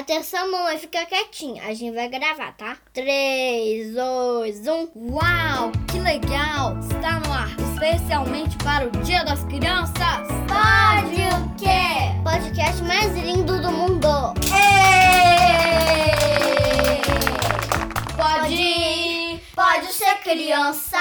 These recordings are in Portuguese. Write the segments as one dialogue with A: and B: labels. A: Atenção, mamãe, fica quietinha. A gente vai gravar, tá? um. 3, 2, 1.
B: Uau, que legal! Está no ar especialmente para o Dia das Crianças.
A: Pode o quê? Podcast mais lindo do mundo.
B: Pode ir,
A: Pode ser criança,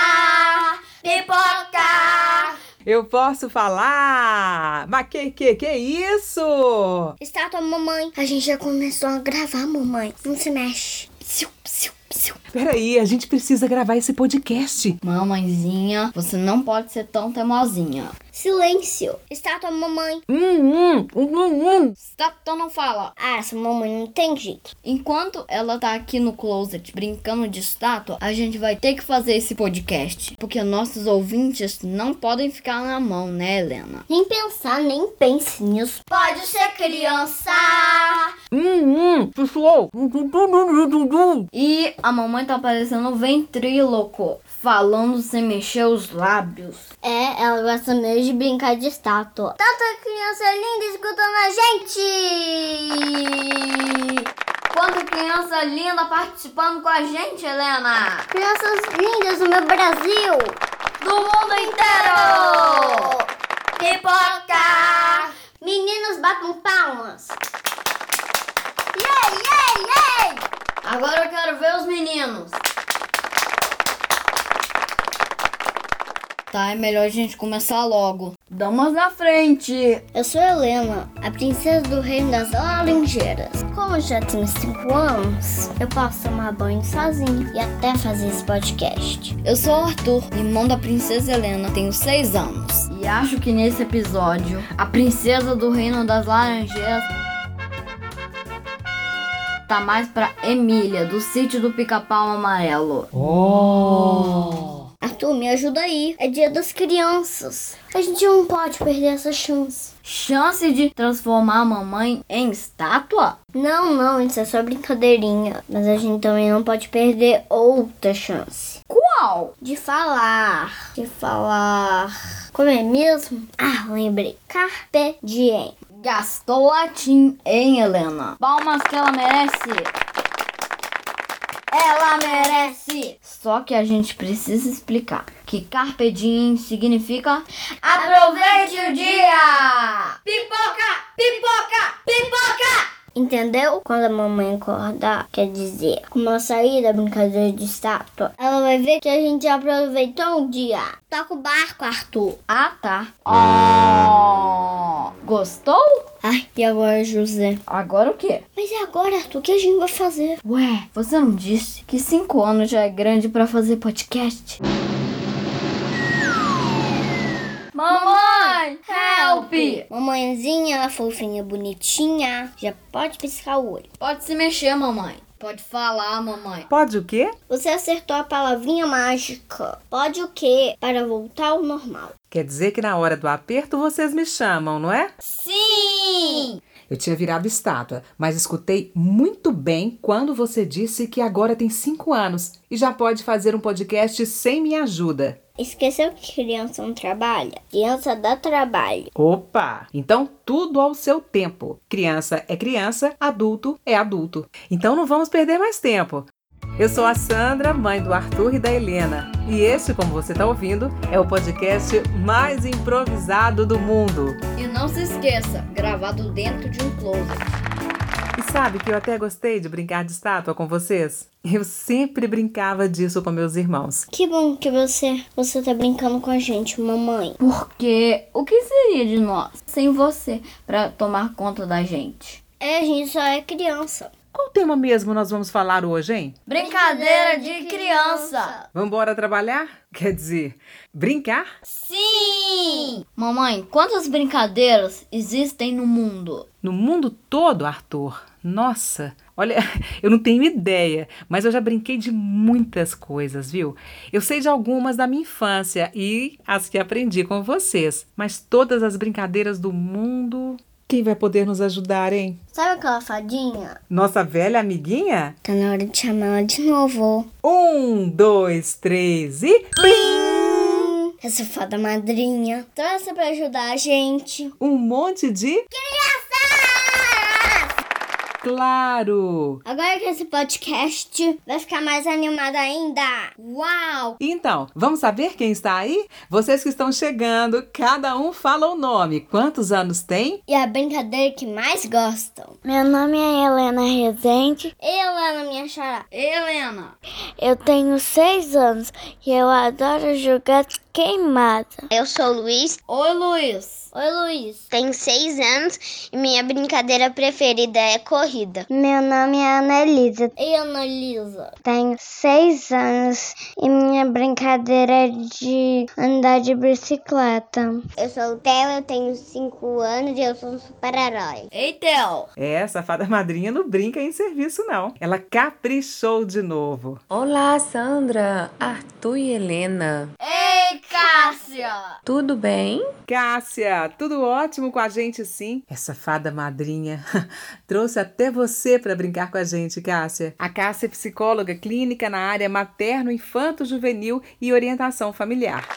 A: pipoca.
C: Eu posso falar! Mas que que que isso?
A: Está tua mamãe. A gente já começou a gravar, mamãe. Não se mexe. Psiu, psiu, psiu.
C: Peraí, a gente precisa gravar esse podcast.
B: Mamãezinha, você não pode ser tão teimosinha.
A: Silêncio. Está tua mamãe.
C: Hum, hum, hum, hum, hum.
B: Stop, então não fala.
A: Ah, essa mamãe não tem jeito.
B: Enquanto ela tá aqui no closet brincando de estátua, a gente vai ter que fazer esse podcast. Porque nossos ouvintes não podem ficar na mão, né, Helena?
A: Nem pensar, nem pense nisso. Pode ser criança.
C: Hum, hum, pessoal. Hum, hum, hum, hum, hum, hum.
B: E a mamãe tá parecendo um ventríloco, falando sem mexer os lábios.
A: É, ela gosta mesmo de brincar de estátua. Tanta criança linda escutando a gente.
B: Quanta criança linda participando com a gente, Helena!
A: Crianças lindas do meu Brasil.
B: Do mundo inteiro!
A: Pipoca. Meninos batam palmas. Yay, yay, yay.
B: Agora eu quero ver os meninos. Tá, é melhor a gente começar logo. Damas na frente!
A: Eu sou Helena, a princesa do reino das laranjeiras. Como eu já tenho 5 anos, eu posso tomar banho sozinha e até fazer esse podcast.
B: Eu sou o Arthur, irmão da princesa Helena, tenho 6 anos. E acho que nesse episódio, a princesa do reino das laranjeiras tá mais pra Emília, do sítio do pica-pau amarelo.
C: Oh!
A: Arthur, me ajuda aí. É dia das crianças. A gente não pode perder essa chance.
B: Chance de transformar a mamãe em estátua?
A: Não, não, isso é só brincadeirinha. Mas a gente também não pode perder outra chance.
B: Qual?
A: De falar. De falar. Como é mesmo? Ah, lembrei. Carpe diem.
B: Gastou latim, hein, Helena? Palmas que ela merece! Ela merece! Só que a gente precisa explicar que Carpe Diem significa
A: Aproveite o
B: dia! Pipoca! Pipoca! Pipoca!
A: Entendeu? Quando a mamãe acordar, quer dizer, como eu sair da brincadeira de estátua, ela vai ver que a gente aproveitou um dia. Toca o barco, Arthur.
B: Ah, tá. Ó! Oh, Gostou?
A: Ai, e agora, José?
B: Agora o quê?
A: Mas e agora, Arthur? O que a gente vai fazer?
B: Ué, você não disse que 5 anos já é grande pra fazer podcast? Mamãe, help!
A: Mamãezinha, ela é fofinha, bonitinha. Já pode piscar o olho.
B: Pode se mexer, mamãe. Pode falar, mamãe.
C: Pode o quê?
A: Você acertou a palavrinha mágica. Pode o quê? Para voltar ao normal.
C: Quer dizer que na hora do aperto vocês me chamam, não é?
B: Sim!
C: Eu tinha virado estátua, mas escutei muito bem quando você disse que agora tem 5 anos e já pode fazer um podcast sem minha ajuda.
A: Esqueceu que criança não trabalha? Criança dá trabalho.
C: Opa! Então tudo ao seu tempo. Criança é criança, adulto é adulto. Então não vamos perder mais tempo. Eu sou a Sandra, mãe do Arthur e da Helena. E este, como você está ouvindo, é o podcast mais improvisado do mundo.
B: E não se esqueça, gravado dentro de um closet.
C: E sabe que eu até gostei de brincar de estátua com vocês? Eu sempre brincava disso com meus irmãos.
A: Que bom que você, você tá brincando com a gente, mamãe.
B: Porque o que seria de nós sem você pra tomar conta da gente?
A: É, a gente só é criança.
C: Qual tema mesmo nós vamos falar hoje, hein?
B: Brincadeira de criança!
C: Vambora trabalhar? Quer dizer, brincar?
B: Sim! Mamãe, quantas brincadeiras existem no mundo?
C: No mundo todo, Arthur. Nossa, olha, eu não tenho ideia, mas eu já brinquei de muitas coisas, viu? Eu sei de algumas da minha infância e as que aprendi com vocês, mas todas as brincadeiras do mundo. Quem vai poder nos ajudar, hein?
A: Sabe aquela fadinha?
C: Nossa velha amiguinha?
A: Tá na hora de chamar ela de novo.
C: Um, dois, três e.
A: Plim! Hum, Essa fada madrinha trouxe pra ajudar a gente.
C: Um monte de. Claro!
A: Agora que esse podcast vai ficar mais animado ainda.
B: Uau!
C: Então, vamos saber quem está aí? Vocês que estão chegando, cada um fala o nome. Quantos anos tem?
A: E a brincadeira que mais gostam.
D: Meu nome é Helena Rezende,
A: Eu, Ana, minha xará.
B: Helena!
D: eu tenho seis anos e eu adoro jogar queimada.
E: Eu sou o Luiz,
B: Oi, Luiz!
A: Oi, Luiz.
E: tenho seis anos e minha brincadeira preferida é corrida.
D: Meu nome é Ana Elisa,
A: E Ana Lisa.
D: tenho seis anos e minha brincadeira é de andar de bicicleta.
E: Eu sou o Theo, eu tenho cinco anos e eu sou um super-herói.
B: Ei, Theo!
C: Essa fada madrinha não brinca em serviço, não. Ela caprichou de novo.
F: Olá, Sandra, Arthur e Helena.
B: Ei, Cássia!
F: Tudo bem?
C: Cássia, tudo ótimo com a gente, sim? Essa fada madrinha trouxe até você para brincar com a gente, Cássia. A Cássia é psicóloga clínica na área materno, infanto, juvenil e orientação familiar.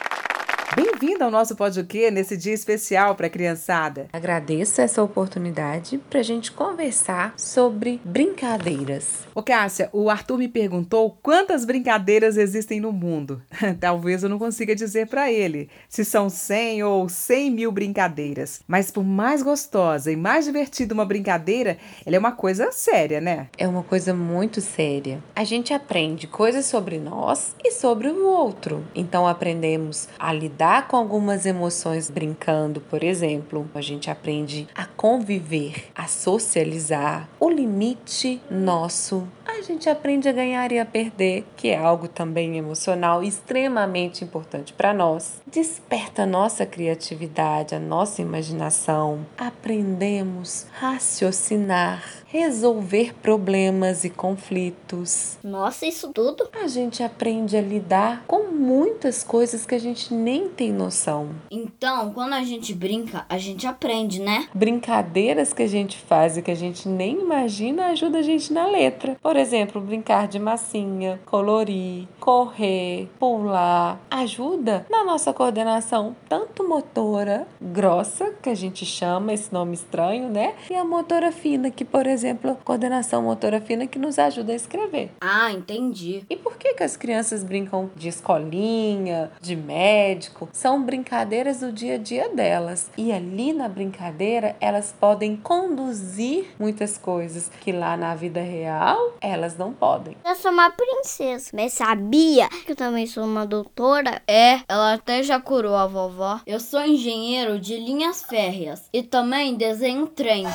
C: Bem-vinda ao nosso Podquê nesse dia especial para a criançada.
F: Agradeço essa oportunidade para a gente conversar sobre brincadeiras.
C: Ô Cássia, o Arthur me perguntou quantas brincadeiras existem no mundo. Talvez eu não consiga dizer pra ele se são 100 ou 100 mil brincadeiras. Mas por mais gostosa e mais divertida uma brincadeira, ela é uma coisa séria, né?
F: É uma coisa muito séria. A gente aprende coisas sobre nós e sobre o outro. Então aprendemos a lidar com algumas emoções brincando, por exemplo. A gente aprende a conviver, a socializar, o limite nosso. A gente aprende a ganhar e a perder, que é algo também emocional e extremamente importante para nós. Desperta a nossa criatividade, a nossa imaginação. Aprendemos a raciocinar resolver problemas e conflitos.
A: Nossa, isso tudo?
F: A gente aprende a lidar com muitas coisas que a gente nem tem noção.
B: Então, quando a gente brinca, a gente aprende, né?
F: Brincadeiras que a gente faz e que a gente nem imagina ajuda a gente na letra. Por exemplo, brincar de massinha, colorir, correr, pular. Ajuda na nossa coordenação, tanto motora grossa, que a gente chama esse nome estranho, né? E a motora fina, que, por exemplo, coordenação motora fina que nos ajuda a escrever.
B: Ah, entendi.
F: E por que, que as crianças brincam de escolinha, de médico? São brincadeiras do dia a dia delas. E ali na brincadeira, elas podem conduzir muitas coisas que lá na vida real elas não podem.
A: Eu sou uma princesa. Mas sabia que eu também sou uma doutora?
B: É, ela até já curou a vovó. Eu sou engenheiro de linhas férreas e também desenho trens.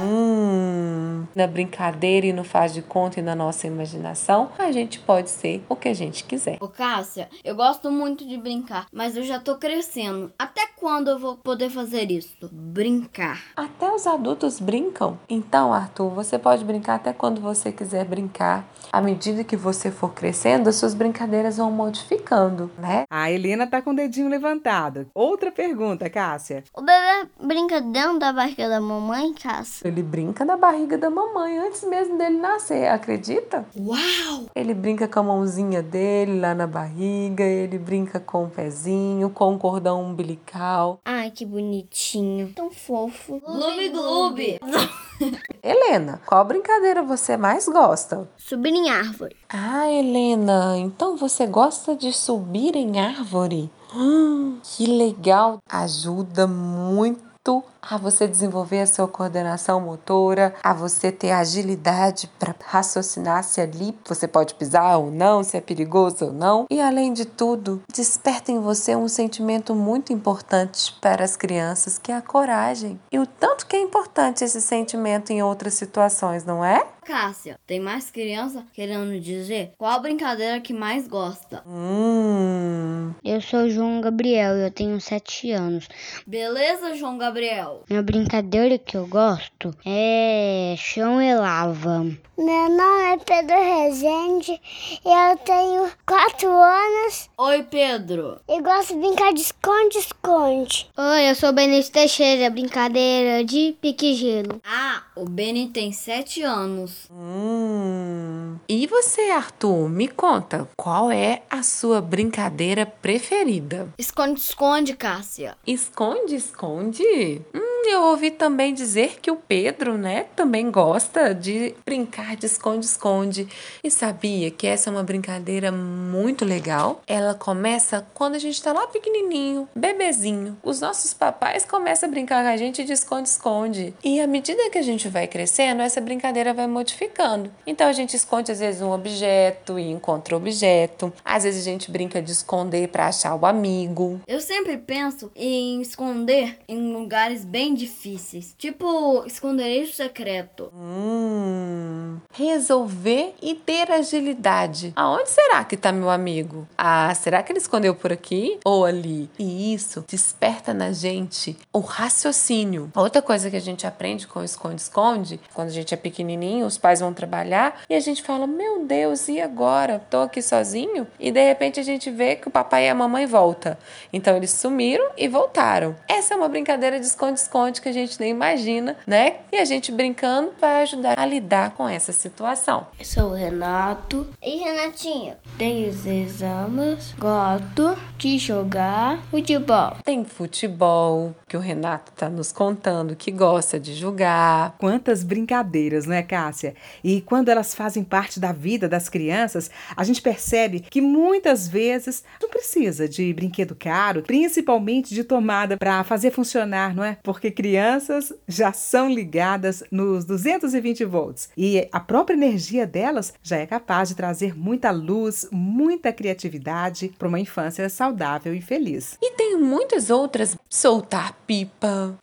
F: Hum, na brincadeira e no faz de conta e na nossa imaginação, a gente pode ser o que a gente quiser.
B: Ô Cássia, eu gosto muito de brincar, mas eu já tô crescendo. Até quando eu vou poder fazer isso? Brincar.
F: Até os adultos brincam. Então, Arthur, você pode brincar até quando você quiser brincar. À medida que você for crescendo, as suas brincadeiras vão modificando, né?
C: A Helena tá com o dedinho levantado. Outra pergunta, Cássia.
A: O bebê brinca dentro da barriga da mamãe, Cássia?
F: Ele brinca na barriga da mamãe antes mesmo dele nascer, acredita?
B: Uau!
F: Ele brinca com a mãozinha dele lá na barriga, ele brinca com o pezinho, com o cordão umbilical.
A: Ai, que bonitinho. Tão fofo.
B: Gloob Gloob!
F: Helena, qual brincadeira você mais gosta?
A: Subir em árvore.
F: Ah, Helena, então você gosta de subir em árvore? Hum, que legal! Ajuda muito a você desenvolver a sua coordenação motora, a você ter agilidade para raciocinar se ali você pode pisar ou não, se é perigoso ou não. E além de tudo, desperta em você um sentimento muito importante para as crianças, que é a coragem. E o tanto que é importante esse sentimento em outras situações, não é?
B: Cássia, tem mais criança querendo dizer qual brincadeira que mais gosta.
F: Hum.
D: Eu sou João Gabriel e eu tenho sete anos.
B: Beleza, João Gabriel?
D: Minha brincadeira que eu gosto é chão e lava.
E: Meu nome é Pedro Rezende, eu tenho quatro anos
B: Oi, Pedro.
E: e gosto de brincar de esconde-esconde.
A: Oi, eu sou o Benício Teixeira. Brincadeira de pique-gelo.
B: Ah, o Benny tem 7 anos.
F: Hum. E você, Arthur, me conta, qual é a sua brincadeira preferida?
B: Esconde, esconde, Cássia.
F: Esconde, esconde? Hum, eu ouvi também dizer que o Pedro, né, também gosta de brincar de esconde-esconde. E sabia que essa é uma brincadeira muito legal. Ela começa quando a gente tá lá pequenininho, bebezinho. Os nossos papais começam a brincar com a gente de esconde-esconde. E à medida que a gente vai crescendo, essa brincadeira vai modificando. Então a gente esconde às vezes um objeto e encontra o objeto. Às vezes a gente brinca de esconder para achar o amigo.
B: Eu sempre penso em esconder em lugares bem difíceis, tipo esconderijo secreto.
F: Hum, resolver e ter agilidade. Aonde será que tá meu amigo? Ah, será que ele escondeu por aqui ou ali? E isso desperta na gente o raciocínio. Outra coisa que a gente aprende com o esconde-esconde, quando a gente é pequenininho, os pais vão trabalhar e a gente fala: "Meu Deus, e agora? Tô aqui sozinho?" E de repente a gente vê que o papai e a mamãe volta. Então eles sumiram e voltaram. Essa é uma brincadeira de esconde-esconde que a gente nem imagina, né? E a gente brincando vai ajudar a lidar com essa situação.
G: Eu sou o Renato,
A: E Renatinho?
G: tenho 6 anos, gosto de jogar futebol.
F: Tem futebol, que o Renato tá nos contando que gosta de jogar.
C: Quantas brincadeiras, não é, Cássia? E quando elas fazem parte da vida das crianças, a gente percebe que muitas vezes não precisa de brinquedo caro, principalmente de tomada para fazer funcionar, não é? Porque crianças já são ligadas nos 220 volts e a própria energia delas já é capaz de trazer muita luz, muita criatividade para uma infância saudável e feliz.
F: E tem muitas outras, soltar pipa,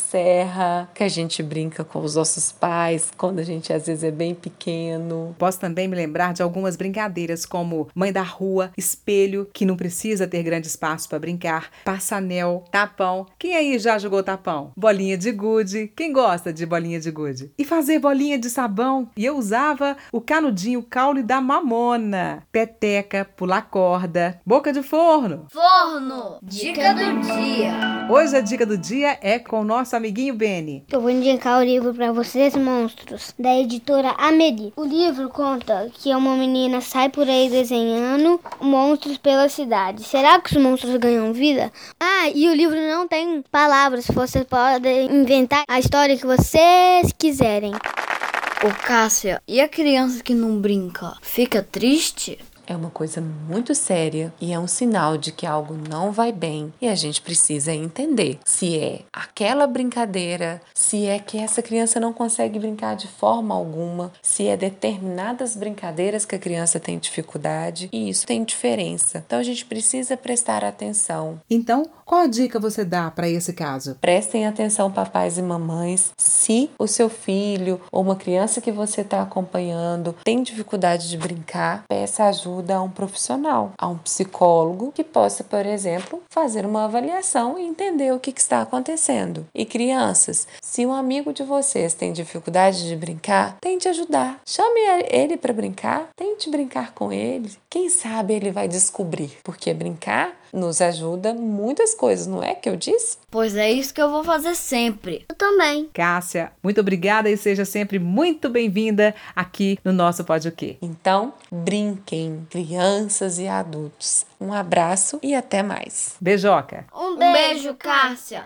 F: serra-serra, que a gente brinca com os nossos pais quando a gente às vezes é bem pequeno.
C: Posso também me lembrar de algumas brincadeiras como mãe da rua, espelho, que não precisa ter grande espaço para brincar, passanel, tapão. Quem aí já jogou tapão? Bolinha de gude. Quem gosta de bolinha de gude? E fazer bolinha de sabão. E eu usava o canudinho caule da mamona, peteca, pular corda, boca de forno.
B: Forno! Dica do dia!
C: Hoje a dica do dia é com o nosso amiguinho Benny.
E: Eu vou indicar o livro para vocês, monstros, da editora Ameri. O livro conta que uma menina sai por aí desenhando monstros pela cidade. Será que os monstros ganham vida? Ah, e o livro não tem palavras. Vocês podem inventar a história que vocês quiserem.
B: Ô Cássia, e a criança que não brinca fica triste?
F: É uma coisa muito séria e é um sinal de que algo não vai bem e a gente precisa entender se é aquela brincadeira, se é que essa criança não consegue brincar de forma alguma, se é determinadas brincadeiras que a criança tem dificuldade e isso tem diferença. Então a gente precisa prestar atenção.
C: Então, qual a dica você dá para esse caso?
F: Prestem atenção, papais e mamães, se o seu filho ou uma criança que você está acompanhando tem dificuldade de brincar, peça ajuda a um profissional, a um psicólogo que possa, por exemplo, fazer uma avaliação e entender o que, que está acontecendo. E crianças, se um amigo de vocês tem dificuldade de brincar, tente ajudar. Chame ele para brincar, tente brincar com ele. Quem sabe ele vai descobrir, porque brincar nos ajuda muitas coisas, não é que eu disse?
B: Pois é isso que eu vou fazer sempre.
A: Eu também.
C: Cássia, muito obrigada e seja sempre muito bem-vinda aqui no nosso Pode O Quê.
F: Então, brinquem, crianças e adultos. Um abraço e até mais.
C: Beijoca!
A: Um
B: Um
A: beijo,
B: beijo, Cássia!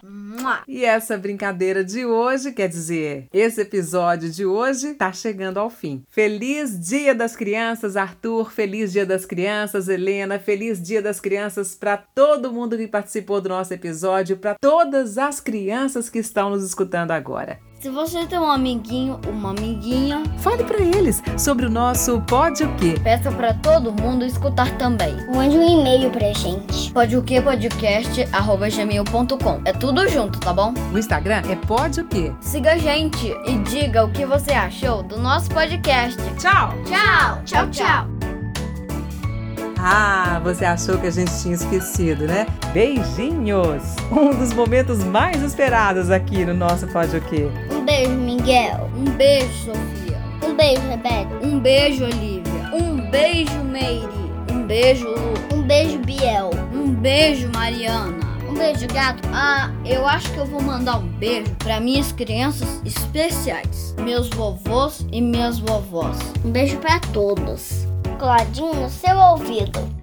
C: E essa brincadeira de hoje, quer dizer, esse episódio de hoje tá chegando ao fim. Feliz Dia das Crianças, Arthur, feliz Dia das Crianças, Helena, feliz Dia das Crianças para todo mundo que participou do nosso episódio, para todas as crianças que estão nos escutando agora.
B: Se você tem um amiguinho, uma amiguinha,
C: Fale para eles sobre o nosso Pode o Quê?
B: peça pra todo mundo escutar também.
A: Mande um e-mail pra gente.
B: Pode o que podcast arroba gmail.com. É tudo junto, tá bom?
C: No Instagram é Pode o Quê?
B: Siga a gente e diga o que você achou do nosso podcast.
C: Tchau!
B: Tchau, tchau, tchau.
C: Ah, você achou que a gente tinha esquecido, né? Beijinhos! Um dos momentos mais esperados aqui no nosso Pode O Quê?
A: Um beijo, Miguel.
B: Um beijo, Sofia.
A: Um beijo, Rebeca.
B: Um beijo, Olivia. Um beijo, Meire. Um beijo, Lu.
A: Um beijo, Biel.
B: Um beijo, Mariana.
A: Um beijo, gato.
B: Ah, eu acho que eu vou mandar um beijo pra minhas crianças especiais, meus vovôs e minhas vovós.
A: Um beijo pra todos. Coladinho no seu ouvido.